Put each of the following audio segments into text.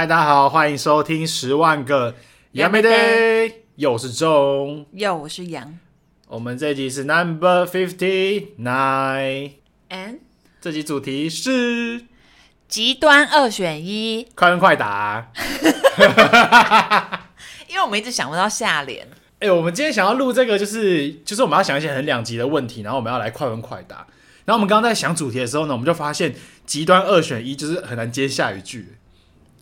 嗨，大家好，欢迎收听《十万个 Yummy Day》，又是钟。哟，我是杨我们这集是 Number Fifty Nine， ，and 这集主题是极端二选一，快问快答。因为我们一直想不到下联，哎、我们今天想要录这个，就是就是我们要想一些很两极的问题，然后我们要来快问快答。然后我们刚刚在想主题的时候呢，我们就发现极端二选一就是很难接下一句，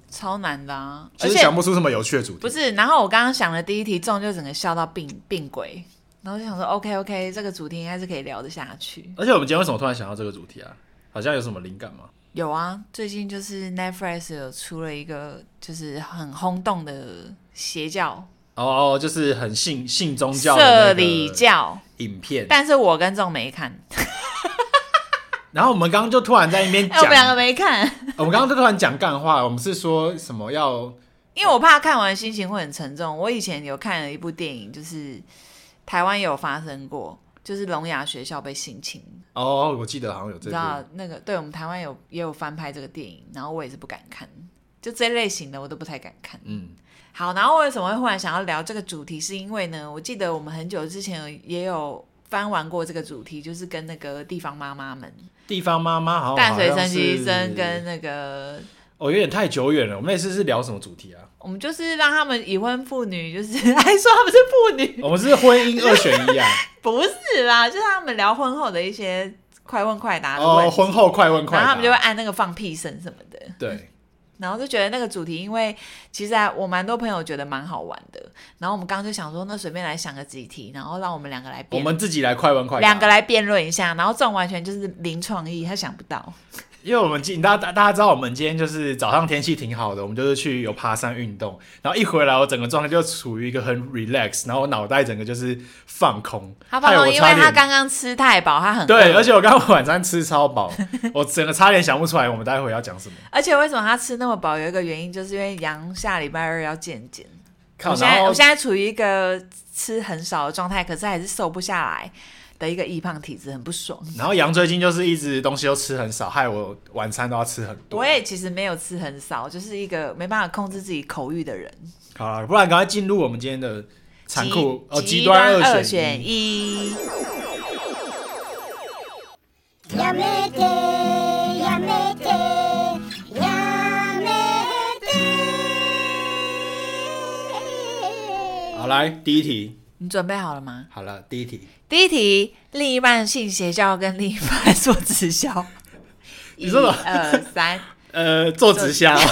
超难的、啊，就而是且想不出什么有趣的主题。不是。然后我刚刚想的第一题中，就整个笑到病病鬼，然后就想说，OK OK，这个主题应该是可以聊得下去。而且我们今天为什么突然想到这个主题啊？好像有什么灵感吗？有啊，最近就是 Netflix 有出了一个就是很轰动的邪教哦哦，就是很信信宗教的社那个里教，影片，但是我跟仲没看，然后我们刚刚就突然在那边 哎、我们两讲，个没看。我们刚刚就突然讲干话，我们是说什么要因为我怕看完心情会很沉重。我以前有看了一部电影，就是台湾有发生过，就是聋哑学校被性侵，哦，我记得好像有你这知部，道那个？对我们台湾有也有翻拍这个电影，然后我也是不敢看，就这类型的我都不太敢看。嗯，好，然后为什么会忽然想要聊这个主题？是因为呢，我记得我们很久之前有也有翻玩过这个主题，就是跟那个地方妈妈们，地方妈妈好像淡水哦好像实是习生跟那个哦，有点太久远了，我们那次是聊什么主题啊？我们就是让他们已婚妇女，就是 还说他们是妇女，我们是婚姻二选一 啊，不是啦，就是他们聊婚后的一些快问快答的啊问哦，题，婚后快问快然答，后他们就会按那个放屁声什么的，对，然后就觉得那个主题，因为其实啊我蛮多朋友觉得蛮好玩的，然后我们刚刚就想说，那随便来想个几题，然后让我们两个来我辩，们自己来快问快答，两个，来辩论一下，然后这种完全就是零创意，他想不到，因为我们今大家大家知道我们今天就是早上天气挺好的，我们就是去有爬山运动，然后一回来我整个状态就处于一个很 relax，然后我脑袋整个就是放空，他放害松，我因差为点他刚刚吃太饱，他很对，饿而且我刚刚晚餐吃超饱， 我整个差点想不出来我们待会要讲什么。而且为什么他吃那么饱？有一个原因，就是因为杨下礼拜二要见见。靠，我现在然我后现在处于一个吃很少的状态，可是还是瘦不下来的一个易胖体质，很不爽。然后杨最近就是一直东西都吃很少，害我晚餐都要吃很多我。也其实没有吃很少，就是一个没办法控制自己口欲的人。好了，不然赶快进入我们今天的残酷极哦极端端二选选一。 Yamete, yamete, yamete. 好，来第一题。你准备好了吗？好了，第一题。第一题，另一半性邪教跟另一半做直 销。你说一吧二三，呃，做直销。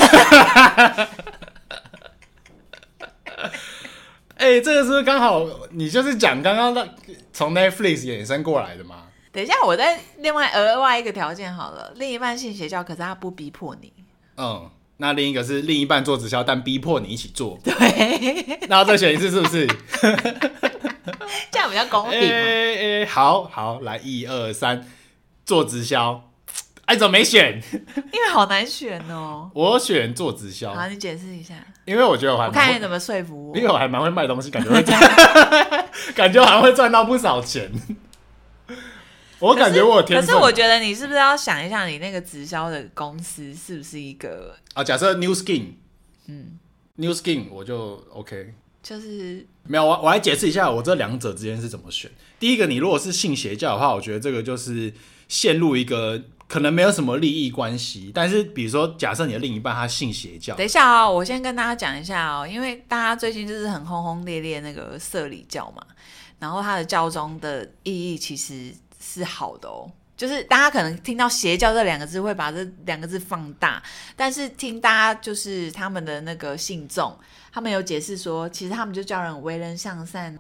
哎、这个是不是刚好你就是讲刚刚那从 Netflix 衍生过来的吗？等一下，我再另外额外一个条件好了。另一半性邪教，可是他不逼迫你。嗯，那另一个是另一半做直销，但逼迫你一起做。 对，那要再选一次是不是？ 这样比较公哎平嘛。哎、哎好好，来一二三，做直销。哎，怎么没选？因为好难选哦。我选做直销，好，你解释一下，因为我觉得我还我看蛮你会，怎么说服我因。为我还蛮会卖东西，感觉会 赚， 感觉好像会赚到不少钱。我感觉我有天可分。是我觉得你是不是要想一下，你那个直销的公司是不是一个啊，假设 New Skin，嗯，New Skin 我就 OK。就是没有，我我来解释一下我这两者之间是怎么选。第一个，你如果是信邪教的话，我觉得这个就是陷入一个可能没有什么利益关系，但是比如说假设你的另一半他信邪教等，一下哦，我先跟大家讲一下哦，因为大家最近就是很轰轰烈烈那个社里教嘛，然后它的教宗的意义其实是好的哦。就是大家可能听到邪教这两个字，会把这两个字放大，但是听大家就是他们的那个信众，他们有解释说，其实他们就叫人为人向善，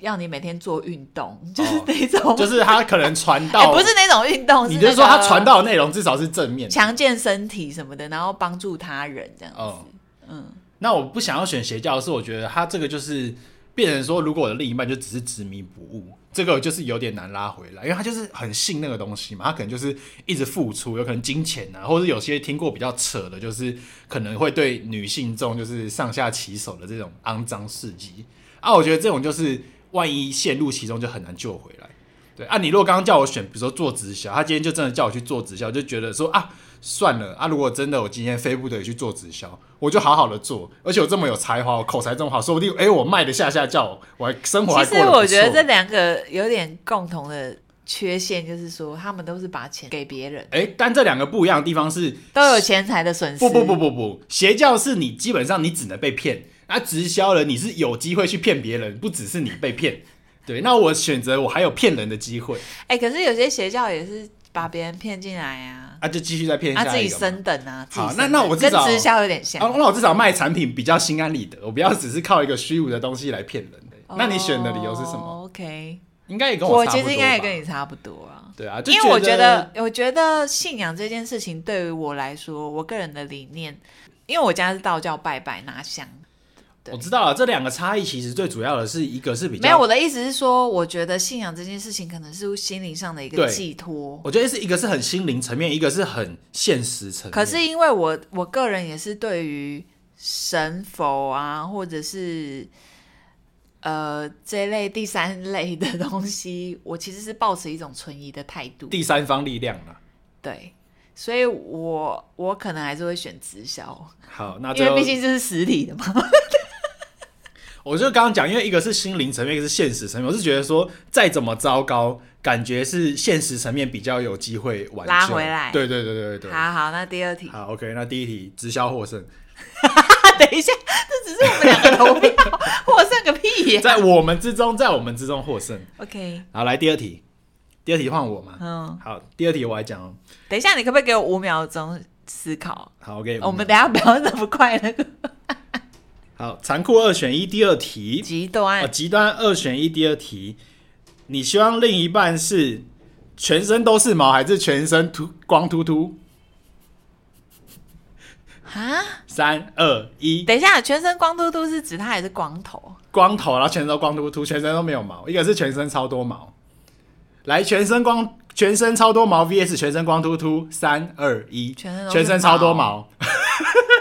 要你每天做运动，就是那 种，哦就是他可能传哎、道，不是那种运动，你那就是说他个传道的内容至少是正面的。强健身体什么的，然后帮助他人这样子。哦，嗯，那我不想要选邪教，是我觉得他这个就是变成说，如果我的另一半就只是执迷不悟，这个就是有点难拉回来，因为他就是很信那个东西嘛，他可能就是一直付出，有可能金钱啊，或者有些听过比较扯的，就是可能会对女性众就是上下其手的这种肮脏事迹啊，我觉得这种就是万一陷入其中就很难救回来。对啊，你如果刚刚叫我选，比如说做直销，他今天就真的叫我去做直销，就觉得说啊，算了啊，如果真的我今天非不得已去做直销，我就好好的做，而且我这么有才华，我口才这么好，说不定哎、我卖的下下叫，我还生活还其过实得不我觉得错这两个有点共同的缺陷，就是说他们都是把钱给别人，哎、但这两个不一样的地方是，都有钱财的损失。不不不，不不，邪教是你基本上你只能被骗，啊，直销人你是有机会去骗别人，不只是你被骗。对，那我选择我还有骗人的机会，哎、可是有些邪教也是把别人骗进来啊，啊，就继续再骗下啊一个嘛。自己升等啊。自己好升那等那我至跟少直销有点像。啊，那我至少卖产品比较心安理得，我不要只是靠一个虚无的东西来骗人、那你选的理由是什么？ o k 应该也跟哦我差不其多吧。实应该也跟你差不多啊。对啊，就因为我觉觉得，我觉得信仰这件事情对于我来说，我个人的理念，因为我家是道教拜拜拿香，对我知道了，啊这两个差异其实最主要的是一个是比较没有我的意思是说，我觉得信仰这件事情可能是心灵上的一个对寄托。我觉得是一个是很心灵层面，一个是很现实层面。可是因为我我个人也是对于神佛啊，或者是呃这类第三类的东西，我其实是抱持一种存疑的态度。第三方力量啊啦。对，所以我我可能还是会选直销，好，那因最为后毕竟这是实体的嘛。我就刚刚讲，因为一个是心灵层面，一个是现实层面。我是觉得说，再怎么糟糕，感觉是现实层面比较有机会挽救拉回来对对对对对。好好，那第二题，好，OK，那第一题直销获胜， 等一下，这只是 我们两个投票，获胜个屁耶在我们之中，在我们之中获胜。 ！OK，好，来第二题，第二题换我嘛。嗯，好，第二题我来讲哦。等一下，你可不可以给我五秒钟思考？好，OK，哦嗯我们等一下不要那么快那个好残酷二选一，第二题。极哦，端。极端二选一，第二题，你希望另一半是全身都是毛，还是全身秃光秃秃？啊！三二一，等一下，全身光秃秃是指他还是光头？ 光头，然后全身都光秃秃，全身都没有毛；一个是全身超多毛。来，全身光，全身超多毛 VS 全身光秃秃，三二一，全身都是全身超多毛。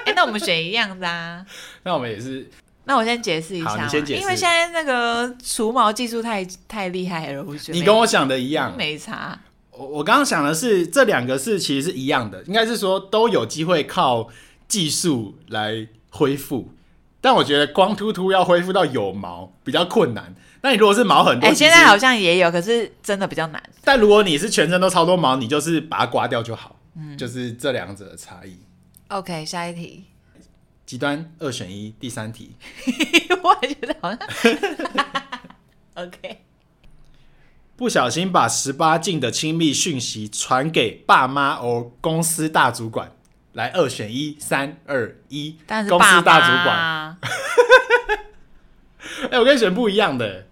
哎、那我们选一样的啊。那我们也是那我先解释一下好嘛你先解释因为现在那个除毛技术太太厉害了，我觉得你跟我想的一样。没差。我我刚刚想的是，这两个是其实是一样的，应该是说都有机会靠技术来恢复。但我觉得光秃秃要恢复到有毛比较困难。那你如果是毛很多，哎、其现实在好像也有，可是真的比较难。但如果你是全身都超多毛，你就是把它刮掉就好。嗯，就是这两者的差异。 OK，下一题。极端二选一，第三题， 我也觉得好像 OK。不小心把十八禁的亲密讯息传给爸妈或公司大主管。来，二选一，三二一，但是公爸司大主管。妈，哎、我跟你选不一样的。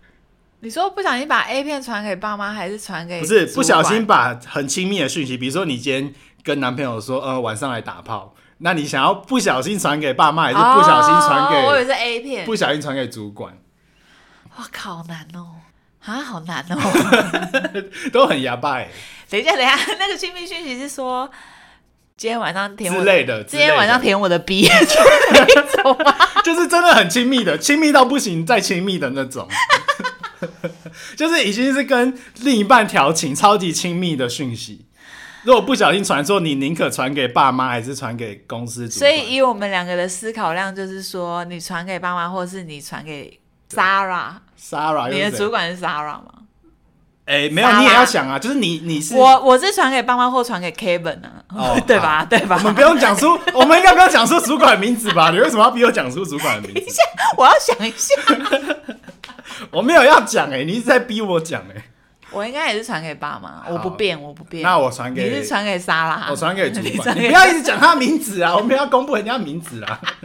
你说不小心把 A 片传给爸妈，还是传给不是主管不小心把很亲密的讯息，比如说你今天跟男朋友说，呃，晚上来打炮，那你想要不小心传给爸妈，还是不小心传哦我以给、为是 A 片。不小心传给主管，哇靠，好难哦，啊，好难哦。 都很牙巴欸等一下，等一 下，那个亲密讯息是说今天晚上舔我之类的今天晚上之类舔我的 鼻，那种吗？就是真的很亲密的，亲密到不行再亲密的那种， 就是已经是跟另一半调情，超级亲密的讯息。如果不小心传说，你宁可传给爸妈，还是传给公司主所管？以以我们两个的思考量，就是说你传给爸妈，或是你传给 Sarah， Sarah，你又的是谁主管是 Sarah 吗？哎、没有， Sarah 你也要想啊，就是你你是我我是传给爸妈或传给 Kevin 啊，哦 对吧？对吧我？们不用讲出，我们应该不要讲出主管的名字吧？你为什么要逼我讲出主管的名 字？ 我要想一下，我没有要讲哎、你一直在逼我讲哎、我应该也是传给爸妈，我不变，我不变。那我传给你是传给莎拉，我传给主啊 你管，传你给不要一直讲他的名字啊！我们要公布人家的名字啊！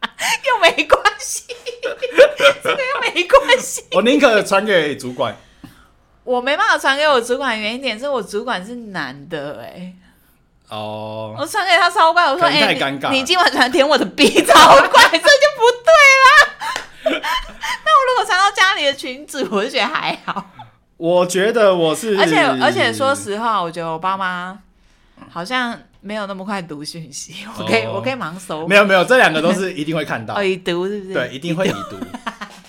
又没关系， 这个又没关系。我宁可传给主管，我没办法传给我主管，原因点是我主管是男的、哎，哦，我传给他超怪，我说可能太哎、你尴尬了你今晚传舔我的鼻，超怪，这就不对啦。 那我如果传到家里的群组，我就觉得还好。我觉得我是，而且而且说实话，我觉得我爸妈好像没有那么快读讯息，我可以、哦我可以忙手没有没有，这两个都是一定会看到哦，，已读是不是？对，一定会已读。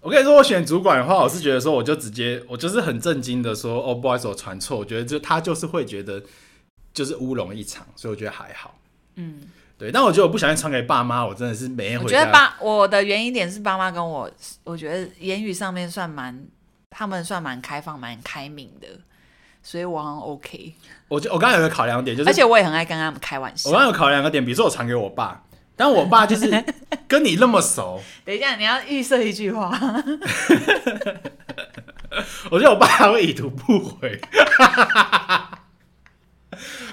我跟你说，我选主管的话，我是觉得说，我就直接，我就是很震惊的说，哦，不好意思，我传错。我觉得就他就是会觉得就是乌龙一场，所以我觉得还好。嗯，对。但我觉得我不小心传给爸妈，我真的是每天我回觉家，得爸，我的原因点是爸妈跟我，我觉得言语上面算蛮，他们算蛮开放、蛮开明的，所以我好像 OK。我就我刚才有个考量点，就是而且我也很爱跟他们开玩笑我。刚刚有考量个点，比如说我传给我爸，但我爸就是 跟你那么熟，等一下，你要预设一句话， 我觉得我爸还会已读不回。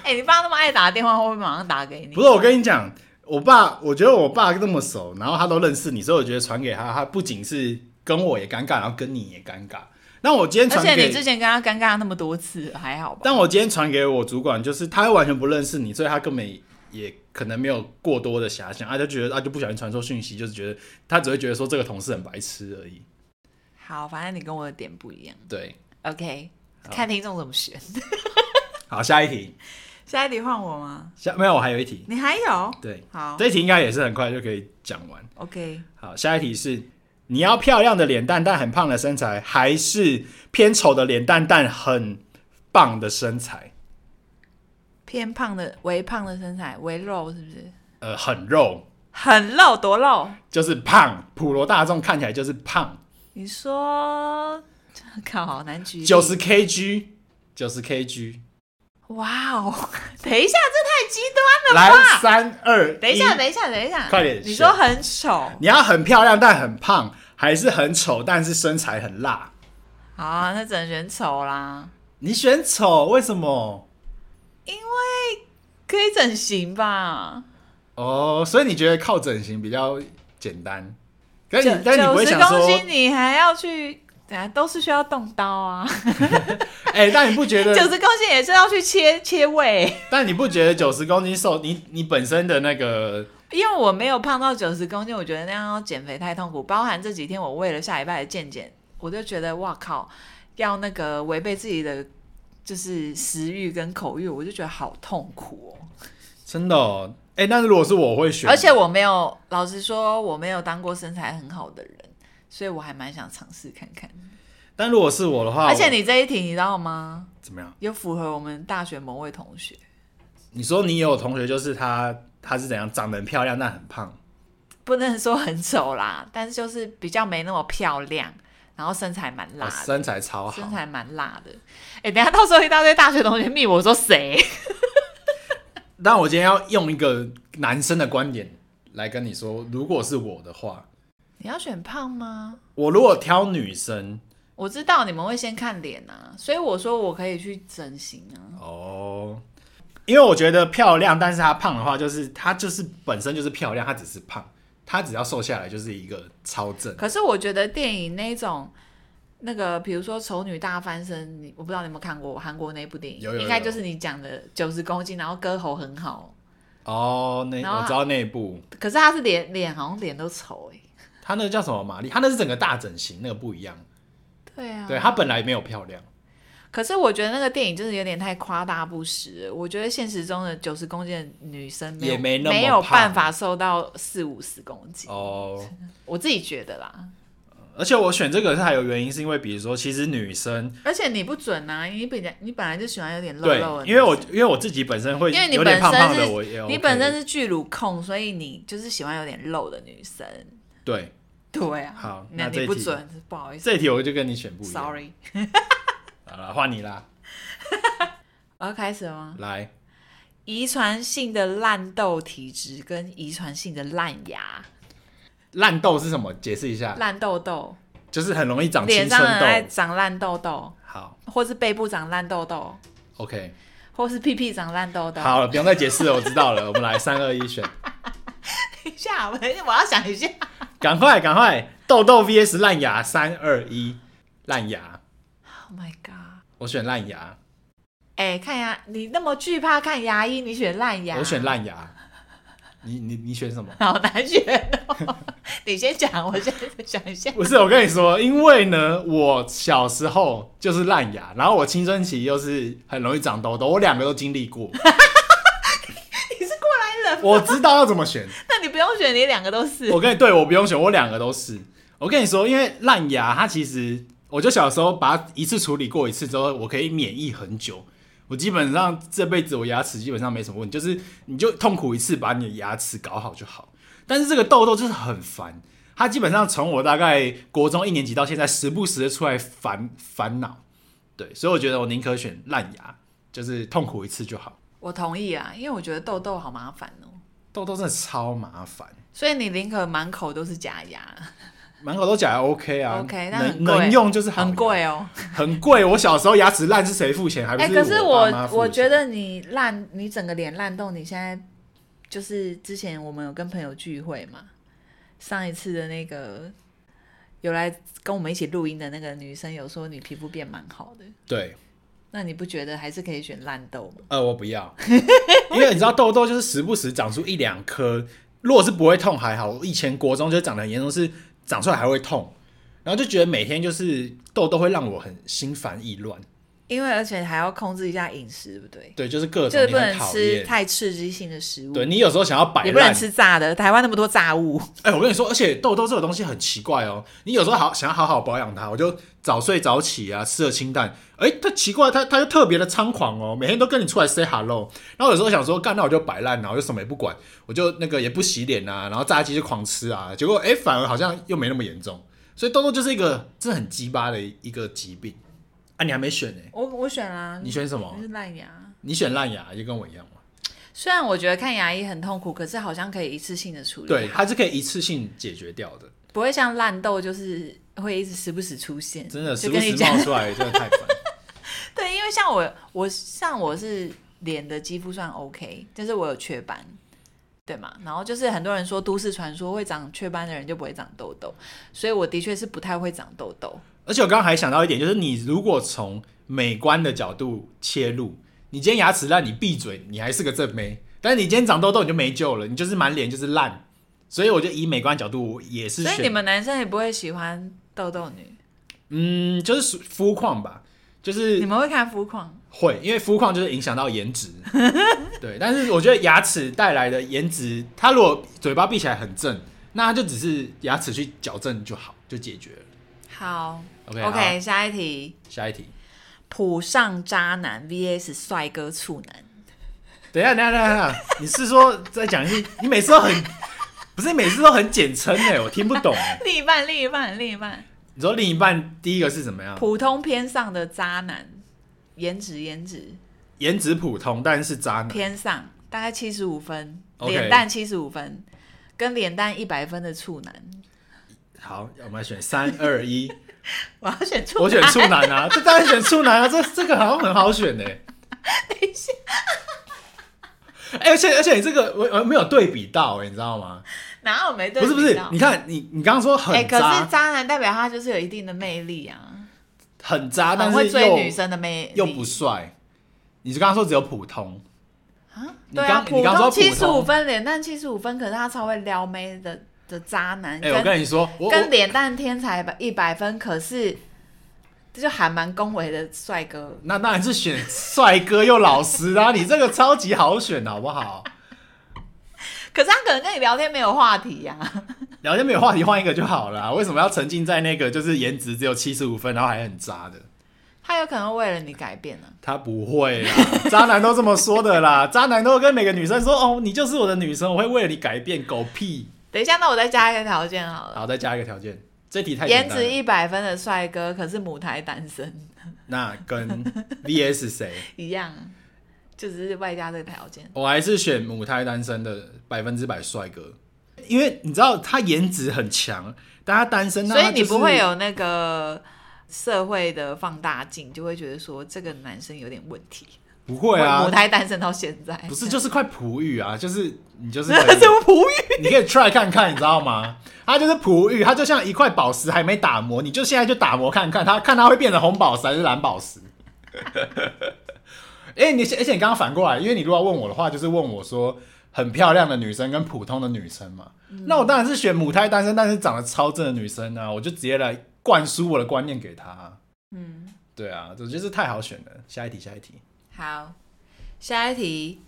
哎、你爸那么爱打电话，会不会马上打给你？不是，我跟你讲，我爸，我觉得我爸那么熟，然后他都认识你，所以我觉得传给他，他不仅是跟我也尴尬，然后跟你也尴尬。那我今天而传且你给之前跟他尴尬那么多次，还好吧？但我今天传给我主管，就是他完全不认识你，所以他根本也可能没有过多的遐想，他、就觉得他、就不小心传错讯息，就是觉得他只会觉得说这个同事很白痴而已。好，反正你跟我的点不一样。对， OK，看听众怎么选。 好，下一题，下一题换我吗？下没有，我还有一题，你还有？对，好这一题应该也是很快就可以讲完。 ，OK，好，下一题是你要漂亮的脸蛋但很胖的身材，还是偏丑的脸蛋但很棒的身材？偏胖的、微胖的身材，微肉是不是？呃，很肉，很肉，多肉？就是胖，普罗大众看起来就是胖。你说，靠，好难举例。九十 kg，九十 kg，哇哦！ 等一下，这太极端了来吧？三二，等一下，等一下，等一下，快点选你说很丑你要很漂亮但很胖，还是很丑但是身材很辣？好啊，那只能选丑啦，你选丑，为什么？因为可以整形吧？哦，所以你觉得靠整形比较简单？但九你但你不九会十想公说，斤你还要去，等下都是需要动刀啊。 哎、但你不觉得？ 九十公斤也是要去切切胃，但你不觉得九十公斤瘦，你你本身的那个因为我没有胖到九十公斤，我觉得那样要减肥太痛苦。包含这几天我为了下礼拜的健检，我就觉得哇靠，要那个违背自己的就是食欲跟口欲，我就觉得好痛苦哦。真的、哦，哎、但是如果是我会选，而且我没有，老实说，我没有当过身材很好的人，所以我还蛮想尝试看看。但如果是我的话，而且我你这一题你知道吗？怎么样？有符合我们大学某位同学，你说你有同学就是他，他是怎样长得很漂亮但很胖，不能说很丑啦，但是就是比较没那么漂亮，然后身材蛮辣哦的。身材超好，身材蛮辣的。哎、等一下到时候一大堆大学同学密我说谁？但我今天要用一个男生的观点来跟你说，如果是我的话， 你要选胖吗？我如果挑女生，我知道你们会先看脸啊，所以我说我可以去整形啊。哦，因为我觉得漂亮，但是她胖的话，就是她就是本身就是漂亮，她只是胖，她只要瘦下来就是一个超正。可是我觉得电影那种。那个，比如说《丑女大翻身》，你我不知道你有没有看过韩国那部电影，有有有应该就是你讲的九十公斤，然后歌喉很好，哦，那然后我知道那一部，可是她是脸脸好像脸都丑哎、她那个叫什么玛丽，她那是整个大整形，那个不一样。对啊，对，她本来没有漂亮，可是我觉得那个电影就是有点太夸大不实了。我觉得现实中的九十公斤的女生没有也没那么没有胖办法瘦到四五十公斤，哦。我自己觉得啦。而且我选这个是还有原因，是因为比如说，其实女生而且你不准啊，你本来你本来就喜欢有点肉对肉的，女生，因为我因为我自己本身会因为你有点本胖身胖是、的，我也 OK 你本身是巨乳控，所以你就是喜欢有点肉的女生。 对。对啊，好那那这你一不题准，不好意思这一题我就跟你选不一样。 ，sorry。好了，换你啦，我要开始了吗？来，遗传性的烂痘体质跟遗传性的烂牙、烂痘是什么？解释一下，烂痘痘，就是很容易长青脸上很爱春痘。长烂痘痘。好或是背部长烂痘痘， ，OK，或是屁屁长烂痘痘。好了，不用再解释了，我知道了。我们来三二一选， 等一下，我我要想一下。赶快赶快，痘痘 VS 烂牙，三二一，烂牙， Oh my god！我选烂牙，哎、看牙，你那么惧怕看牙医，你选烂牙，我选，烂牙。你你你选什么？好难选哦。 你先讲，我先想一下。不是，我跟你说，因为呢，我小时候就是烂牙，然后我青春期又是很容易长痘痘，我两个都经历过，你是过来人，我知道要怎么选。 那你不用选，你两个都 是我。跟你对我不用选，我两个都是。我跟你说，因为烂牙它其实，我就小时候把它一次处理过一次之后，我可以免疫很久。我基本上这辈子我牙齿基本上没什么问题，就是你就痛苦一次，把你的牙齿搞好就好。但是这个痘痘就是很烦，它基本上从我大概国中一年级到现在，时不时的出来烦烦恼。对，所以我觉得我宁可选烂牙，就是痛苦一次就好。我同意啊，因为我觉得痘痘好麻烦哦、痘痘真的超麻烦，所以你宁可满口都是假牙。满口都假牙 OK 啊 OK，那能很贵，能用就是好很牙贵哦、很贵。我小时候牙齿烂是谁付钱？还不哎、可是我爸妈我付我钱觉得你烂，你整个脸烂痘，你现在就是之前我们有跟朋友聚会嘛，上一次的那个有来跟我们一起录音的那个女生有说你皮肤变蛮好的，对，那你不觉得还是可以选烂痘吗？呃，我不要， 因为你知道痘痘就是时不时长出一两颗，如果是不会痛还好。我以前国中就长得很严重，是长出来还会痛，然后就觉得每天就是痘痘会让我很心烦意乱。因为而且还要控制一下饮食，对不对？对，就是各就种是你不很能讨吃厌。太刺激性的食物，对你有时候想要摆也不能烂，吃炸的。台湾那么多炸物，哎、我跟你说，而且痘痘这个东西很奇怪哦，你有时候好想要好好保养它，我就早睡早起啊，吃了清淡，哎、它奇怪，它它就特别的猖狂哦，每天都跟你出来 say hello，然后有时候想说，干，那我就摆烂啊，然后就什么也不管，我就那个也不洗脸啊，然后炸鸡就狂吃啊，结果哎、反而好像又没那么严重，所以痘痘就是一个真的很鸡巴的一个疾病啊，你还没选呢、我我选啊啦，你选哦什么我？是烂牙。你选烂牙，就跟我一样嘛，虽然我觉得看牙医很痛苦，可是好像可以一次性的处理，对，，它是可以一次性解决掉的，不会像烂痘就是会一直时不时出现，真的时不就跟你时讲冒，出来，真的太烦。 对，因为像我，我像我是脸的肌肤算 OK，就是我有雀斑，对嘛？然后就是很多人说都市传说会长雀斑的人就不会长痘痘，所以我的确是不太会长痘痘。而且我刚刚还想到一点，就是你如果从美观的角度切入，你今天牙齿烂，你闭嘴，你还是个正妹；但是你今天长痘痘，你就没救了，你就是满脸就是烂。所以我觉得以美观角度我也是所选，以你们男生也不会喜欢痘痘女，嗯，就是属肤况吧，就你是们会看肤况。会，因为肤况就是影响到颜 值。对，但是我觉得牙齿带来的颜值，它如果嘴巴闭起来很正，那它就只是牙齿去矫正就好，就解决了。好 OK，好下一题，下一题，普上渣男 VS 帅哥处男。等一下，等一下，等一下等一下，你是说再讲一次？你每次都很， 不是你每次都很简称哎，我听不懂哎。另一半，另一半，另一半，你说另一半第一个是怎么样？普通偏上的渣男，颜值颜值颜值普通，但是渣男。偏上，大概七十五分， OK 脸蛋七十五分，跟脸蛋一百分的处男，好，我们来选三二一，我要选处男，我选处男啊，这当然选处男啊，这这个好像很好选呢。欸哎、而且而且你这个我我没有对比到、哎，你知道吗？ 哪有没对不比是到？不是，你看你你刚刚说哎、很可渣，是渣男代表他就是有一定的魅力啊，很渣，啊但很是会又追女生的魅力，又不帅。你刚刚说只有普通，啊，你对啊，刚你刚说通普七十五通分，脸蛋七十五分，可是他超会撩妹的的渣男，哎、我跟你说，我我跟脸蛋天才吧一百分，可是这就还蛮恭维的帅哥。那当然是选帅哥又老实啦、你这个超级好选，好不 好？可是他可能跟你聊天没有话题呀、 聊天没有话题，换一个就好了啊、为什么要沉浸在那个就是颜值只有七十五分，然后还很渣的？他有可能为了你改变呢、他不会 啦，渣男都这么说的啦，渣男都跟每个女生说：“哦，你就是我的女生，我会为了你改变。”狗屁！等一下，那我再加一个条件好了，好，再加一个条件，这题太简颜单了值一百分的帅哥，可是母胎单身，那跟 VS 谁？一样啊，就只是外加这个条件。我还是选母胎单身的百分之百帅哥，因为你知道他颜值很强，但他单身，那所以他你就是不会有那个社会的放大镜，就会觉得说这个男生有点问题。不会啊，母胎单身到现在， 不是，就是快璞玉啊，就是你就是可以这是普语。你可以 try 看看，你知道吗？它就是璞玉，它就像一块宝石还没打磨，你就现在就打磨看看，它看它会变成红宝石还是蓝宝石。 哎、你而且你刚刚反过来，因为你如果要问我的话，就是问我说很漂亮的女生跟普通的女生嘛，那我当然是选母胎单身但是长得超正的女生啊，我就直接来灌输我的观念给她。嗯，对啊，这就是太好选了。下一题，下一题，好，下一题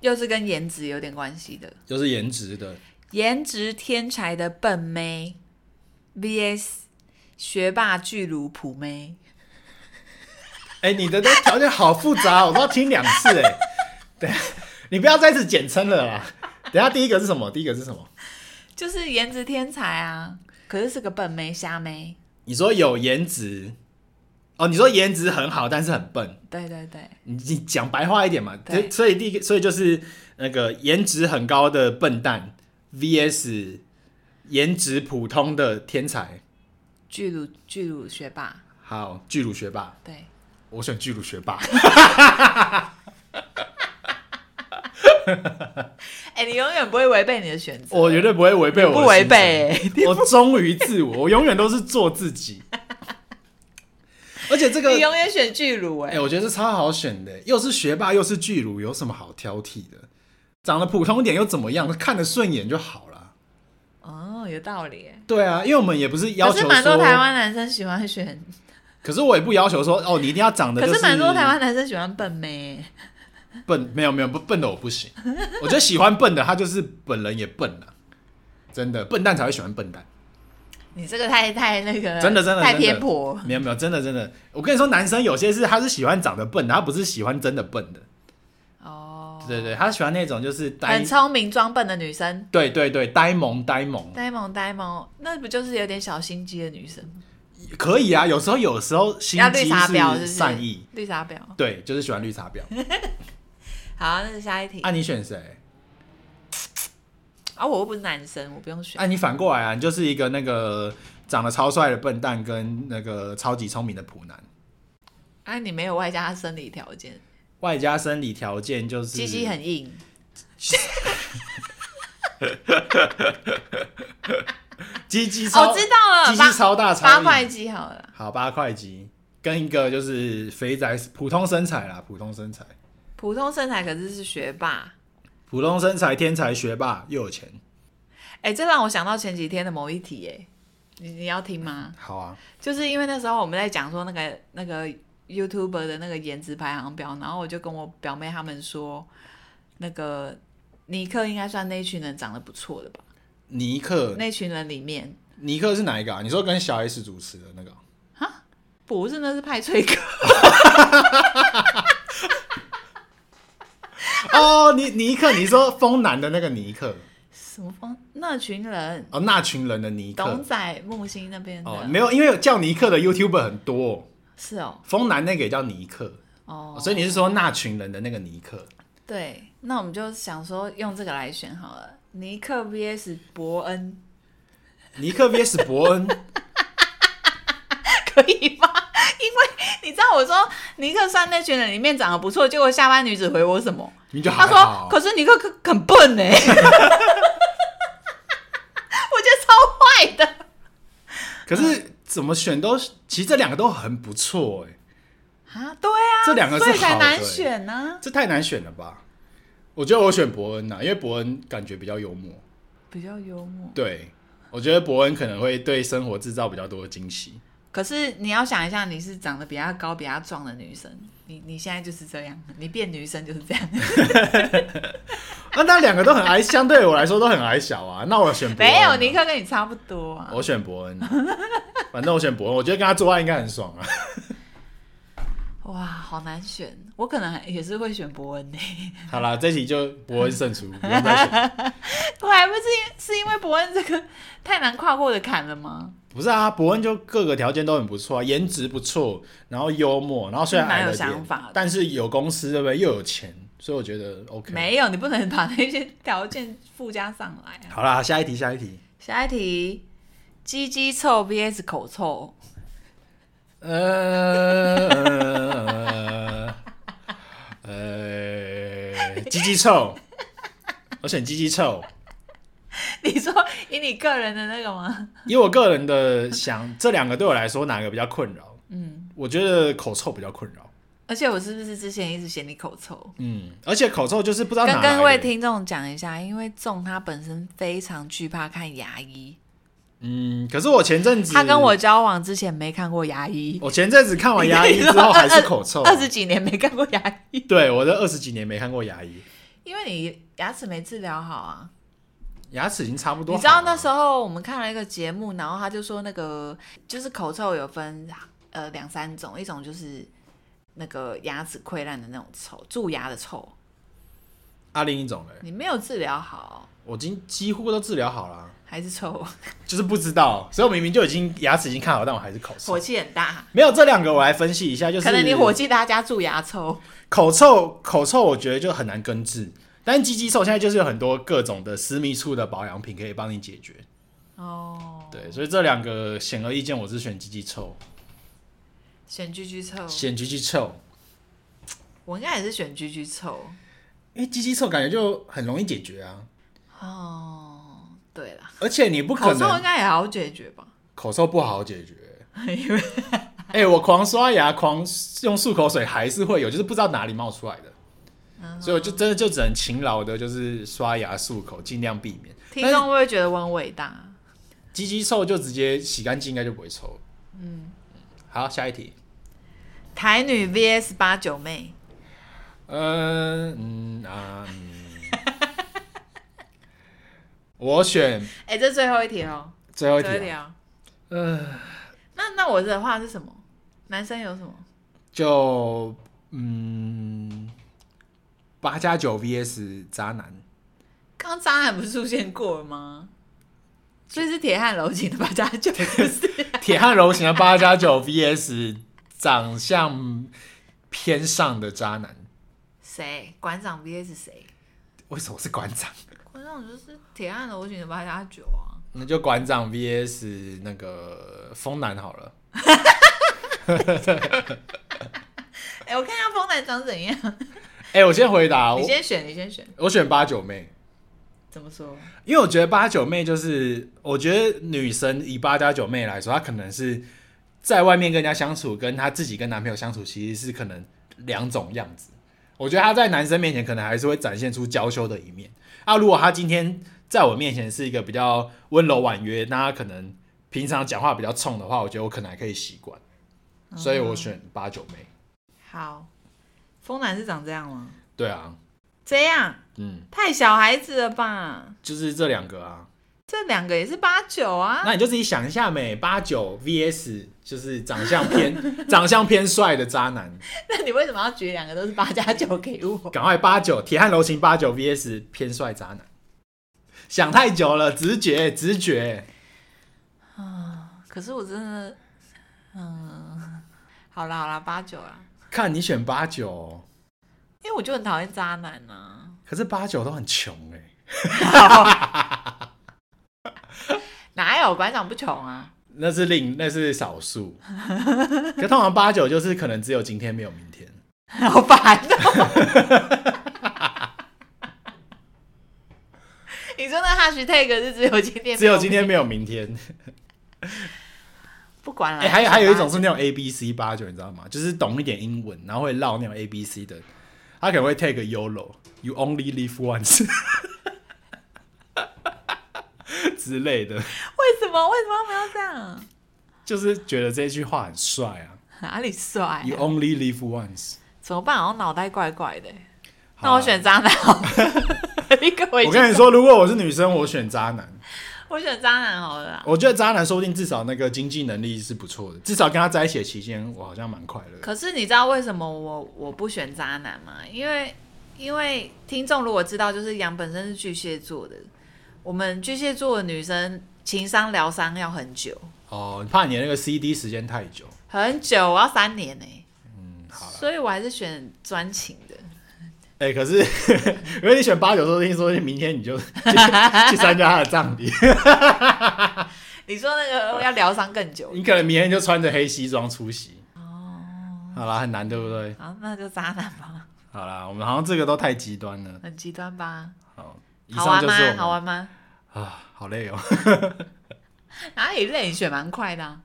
又是跟颜值有点关系的，又是颜值的，颜值天才的笨妹 vs 学霸巨乳普妹。哎、你的那条件好复杂哦，我都要听两次哎、 对，你不要再次简称了啦。等一下第一个是什么？第一个是什么？就是颜值天才啊，可是是个笨妹瞎妹。你说有颜值哦，你说颜值很好，但是很笨。对对对，你你讲白话一点嘛，对所所以第一个，所以就是那个颜值很高的笨蛋 VS 颜值普通的天才。巨乳巨乳学霸，好，巨乳学霸，对，我选巨乳学霸。哎、你永远不会违背你的选择，我绝对不会违背我的不违心肠背、欸。我忠于自我，我永远都是做自己。 而且这个你，永远选巨乳哎、哎、我觉得这超好选的，又是学霸又是巨乳，有什么好挑剔的？长得普通一点又怎么样？看得顺眼就好了。哦，有道理、欸。对啊，因为我们也不是要可求是说，蛮多台湾男生喜欢选，可是我也不要求说哦，你一定要长得就可是蛮多台湾男生喜欢笨妹、欸。笨，没有没有不笨的我不行。我觉得喜欢笨的他就是本人也笨了，真的笨蛋才会喜欢笨蛋。你这个太太那个，真的真的太真的偏颇。没有没有，真的真的，我跟你说，男生有些是他是喜欢长得笨的，他不是喜欢真的笨的。哦，对对，他喜欢那种就是呆很，聪明装笨的女生，对对对，呆萌呆萌，呆萌呆萌，那不就是有点小心机的女生吗？可以啊。有时候有时候心要绿机茶婊是不是？善意，绿茶婊。对，就是喜欢绿茶婊。 好，那是下一题啊，啊你选谁？我又不是男生，我不用选。啊，你反过来啊，你就是一个那个长得超帅的笨蛋，跟那个超级聪明的普男，啊，你没有外加生理条件，外加生理条件就是鸡鸡很硬，鸡鸡哦，超我知道鸡了，鸡八超大超八硬块鸡好了。好八块鸡，跟一个就是肥宅普通身材啦，普通身材，普通身材可是是学霸，普通身材天才学霸又有钱，哎、这让我想到前几天的某一题、哎，你你要听吗？好啊，就是因为那时候我们在讲说那个那个 YouTuber 的那个颜值排行表，然后我就跟我表妹他们说，那个尼克应该算那一群人长得不错的吧？尼克那群人里面尼克是哪一个啊？你说跟小 S 主持的那个啊？不是那是派翠哥，哦，尼尼克，你说风男的那个尼克， 什么风那群人，哦，那群人的尼董克，仔木星那边的、哦，没有，因为有叫尼克的 YouTuber 很多，是哦风男那个也叫尼克，哦，所以你是说那群人的那个尼克？对，那我们就想说用这个来选好了，尼克 VS 伯恩。尼克 VS 伯 恩，可以吗？ 因为你知道我说尼克算那群人里面长得不错，结果下班女子回我什么？你就她还说好：“，可是尼克可很笨呢、欸。” 我觉得超坏的可是怎么选都，其实这两个都很不错哎、啊！对啊，这两个是所以才好的难欸选啊呢、这太难选了吧？我觉得我选伯恩呐、啊因为伯恩感觉比较幽默，比较幽默。对我觉得伯恩可能会对生活制造比较多的惊喜。可是你要想一下，你是长得比较高、比较壮的女生，你你现在就是这样，你变女生就是这 样。啊，那两个都很矮，相对我来说都很矮小啊。那我选伯恩、没有尼，克跟你差不多啊。我选伯恩、反正我选伯恩，我觉得跟他做爱应该很爽啊。哇，好难选，我可能还也是会选伯恩呢、欸好啦，这题就伯恩胜出，不用再选。 我还不是因是因为伯恩这个太难跨过的坎了吗？不是啊，伯恩就各个条件都很不错、啊，颜值不错，然后幽默，然后虽然矮了蛮有点想法的，但是有公司对不对？又有钱，所以我觉得 OK。没有，你不能把那些条件附加上来啊。好啦，下一题，下一题。下一题，鸡鸡臭 VS 口臭， 呃，呃，鸡鸡臭，我选鸡鸡臭。你说以你个人的那个吗？以我个人的想，这两个对我来说哪个比较困扰？嗯，我觉得口臭比较困扰。而且我是不是之前一直嫌你口臭？嗯，而且口臭就是不知道哪跟来的各位听众讲一下，因为仲他本身非常惧怕看牙医，嗯，可是我前阵子他跟我交往之前没看过牙医，我前阵子看完牙医之后还是口臭啊、 二十几年没看过牙医，对，我这二十几年没看过牙医，因为你牙齿没治疗好啊。牙齿已经差不多你好了。知道那时候我们看了一个节目，然后他就说那个就是口臭有分呃两三种，一种就是那个牙齿溃烂的那种臭，蛀牙的臭，啊，另一种嘞，你没有治疗好我已经几乎都治疗好了，啊还是臭， 就是不知道，所以我明明就已经牙齿已经看好，但我还是口臭火。气很大。没有这两个，我来分析一下，就是可能你火气大加蛀牙臭，口臭，口臭我觉得就很难根治，但是鸡鸡臭现在就是有很多各种的私密处的保养品可以帮你解决。哦，对，所以这两个显而易见，我是选鸡鸡臭，选居居臭，选哎鸡鸡臭，我应该也是选居居臭。因为哎鸡鸡臭感觉就很容易解决啊，哦，对啦，而且你不可口臭应能该也好解决吧？口臭不好解决。因为 哎、我狂刷牙，狂用漱口水，还是会有，就是不知道哪里冒出来的。嗯所以我就真的就只能勤劳的，就是刷牙漱口，尽量避免。听但是众会不会觉得我很伟大？鸡鸡臭就直接洗干净，应该就不会臭了。嗯，好，下一题。台女 VS 八九妹，呃嗯啊 嗯，我选哎、这最后一题喽，最后一最后一题题啊，啊。呃，那那我的话是什么？男生有什么？就嗯，八加九 VS 渣男，刚刚渣男不是出现过了吗？所以是铁汉柔情的吧？大家就不是铁汉柔情的八加九 VS 长相偏上的渣男。谁？馆长 VS 谁？为什么是馆长？馆长就是铁汉柔情的八加九啊。那就馆长 VS 那个风男好了。哎、我看一下风男长怎样。哎、我先回答，我你先选，你先选。我选八九妹。怎么说？因为我觉得八九妹就是，呃我觉得女生以八加九妹来说，她可能是在外面跟人家相处，跟她自己跟男朋友相处，其实是可能两种样子。我觉得她在男生面前可能还是会展现出娇羞的一面。啊，如果她今天在我面前是一个比较温柔婉约，那她可能平常讲话比较冲的话，我觉得我可能还可以习惯。所以我选八九妹。好，风男是长这样吗？对啊，这样嗯，太小孩子了吧？就是这两个啊。这两个也是八九啊。那你就自己想一下美八九 VS 就是长相 偏长相偏帅的渣男， 那你为什么要举两个都是八加九给我？赶快八九铁汉柔情八九 VS 偏帅渣男。想太久了，直觉直觉，可是我真的， 嗯，好啦好啦，八九啦，看你选八九，因为我就很讨厌渣男啊。可是八九都很穷哎、哪有馆长不穷啊？那是另那是少 数，可通常八九就是可能只有今天没有明天。 好烦 哦、你说那 hashtag 是只有今天，只有今天没有明天。不管了、哎、还有还有一种是是那种 A B C 八九，你知道吗？就是懂一点英文，然后会唠那种 A B C 的，他可能会 take YOLO，You only live once 之类的，为什么为什么他们要这样？就是觉得这句话很帅啊哪里帅、啊？ ，You only live once。怎么办？好像脑袋怪怪的欸、好啊那我选渣男好 了，一个我已我经跟你说，如果我是女生，我选渣男。我选渣男好了啦。我觉得渣男说不定至少那个经济能力是不错的，至少跟他在一起的期间，我好像蛮快乐的。可是你知道为什么我我不选渣男吗？因为因为听众如果知道，就是杨本身是巨蟹座的，我们巨蟹座的女生情商疗伤要很久哦，你怕你的那个 CD 时间太久。很久，我要三年呢、嗯，好了。所以我还是选专情的。哎、可是因为你选八九说不定说不定明天你就 去去参加他的葬礼，你说那 个要疗伤更久 你可能明天就穿着黑西装出席。哦好啦，很难对不对？好，那就渣男吧，好啦，我们好像这个都太极端了。很极端吧？好，以好上玩就是我吗？们好玩吗？啊，好累哦。 哪里累？你选蛮快的、啊。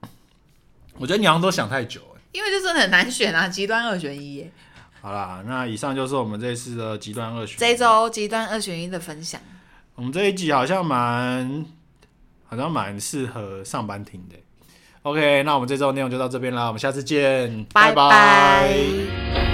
我觉得你好像都想太久了。因为就真的很难选啊，极端二选一耶。好啦，那以上就是我们这次的极端二选。这一，周极端二选一的分享，我们这一集好像蛮，好像蛮适合上班听的。OK，那我们这周的内容就到这边啦，我们下次见，拜拜拜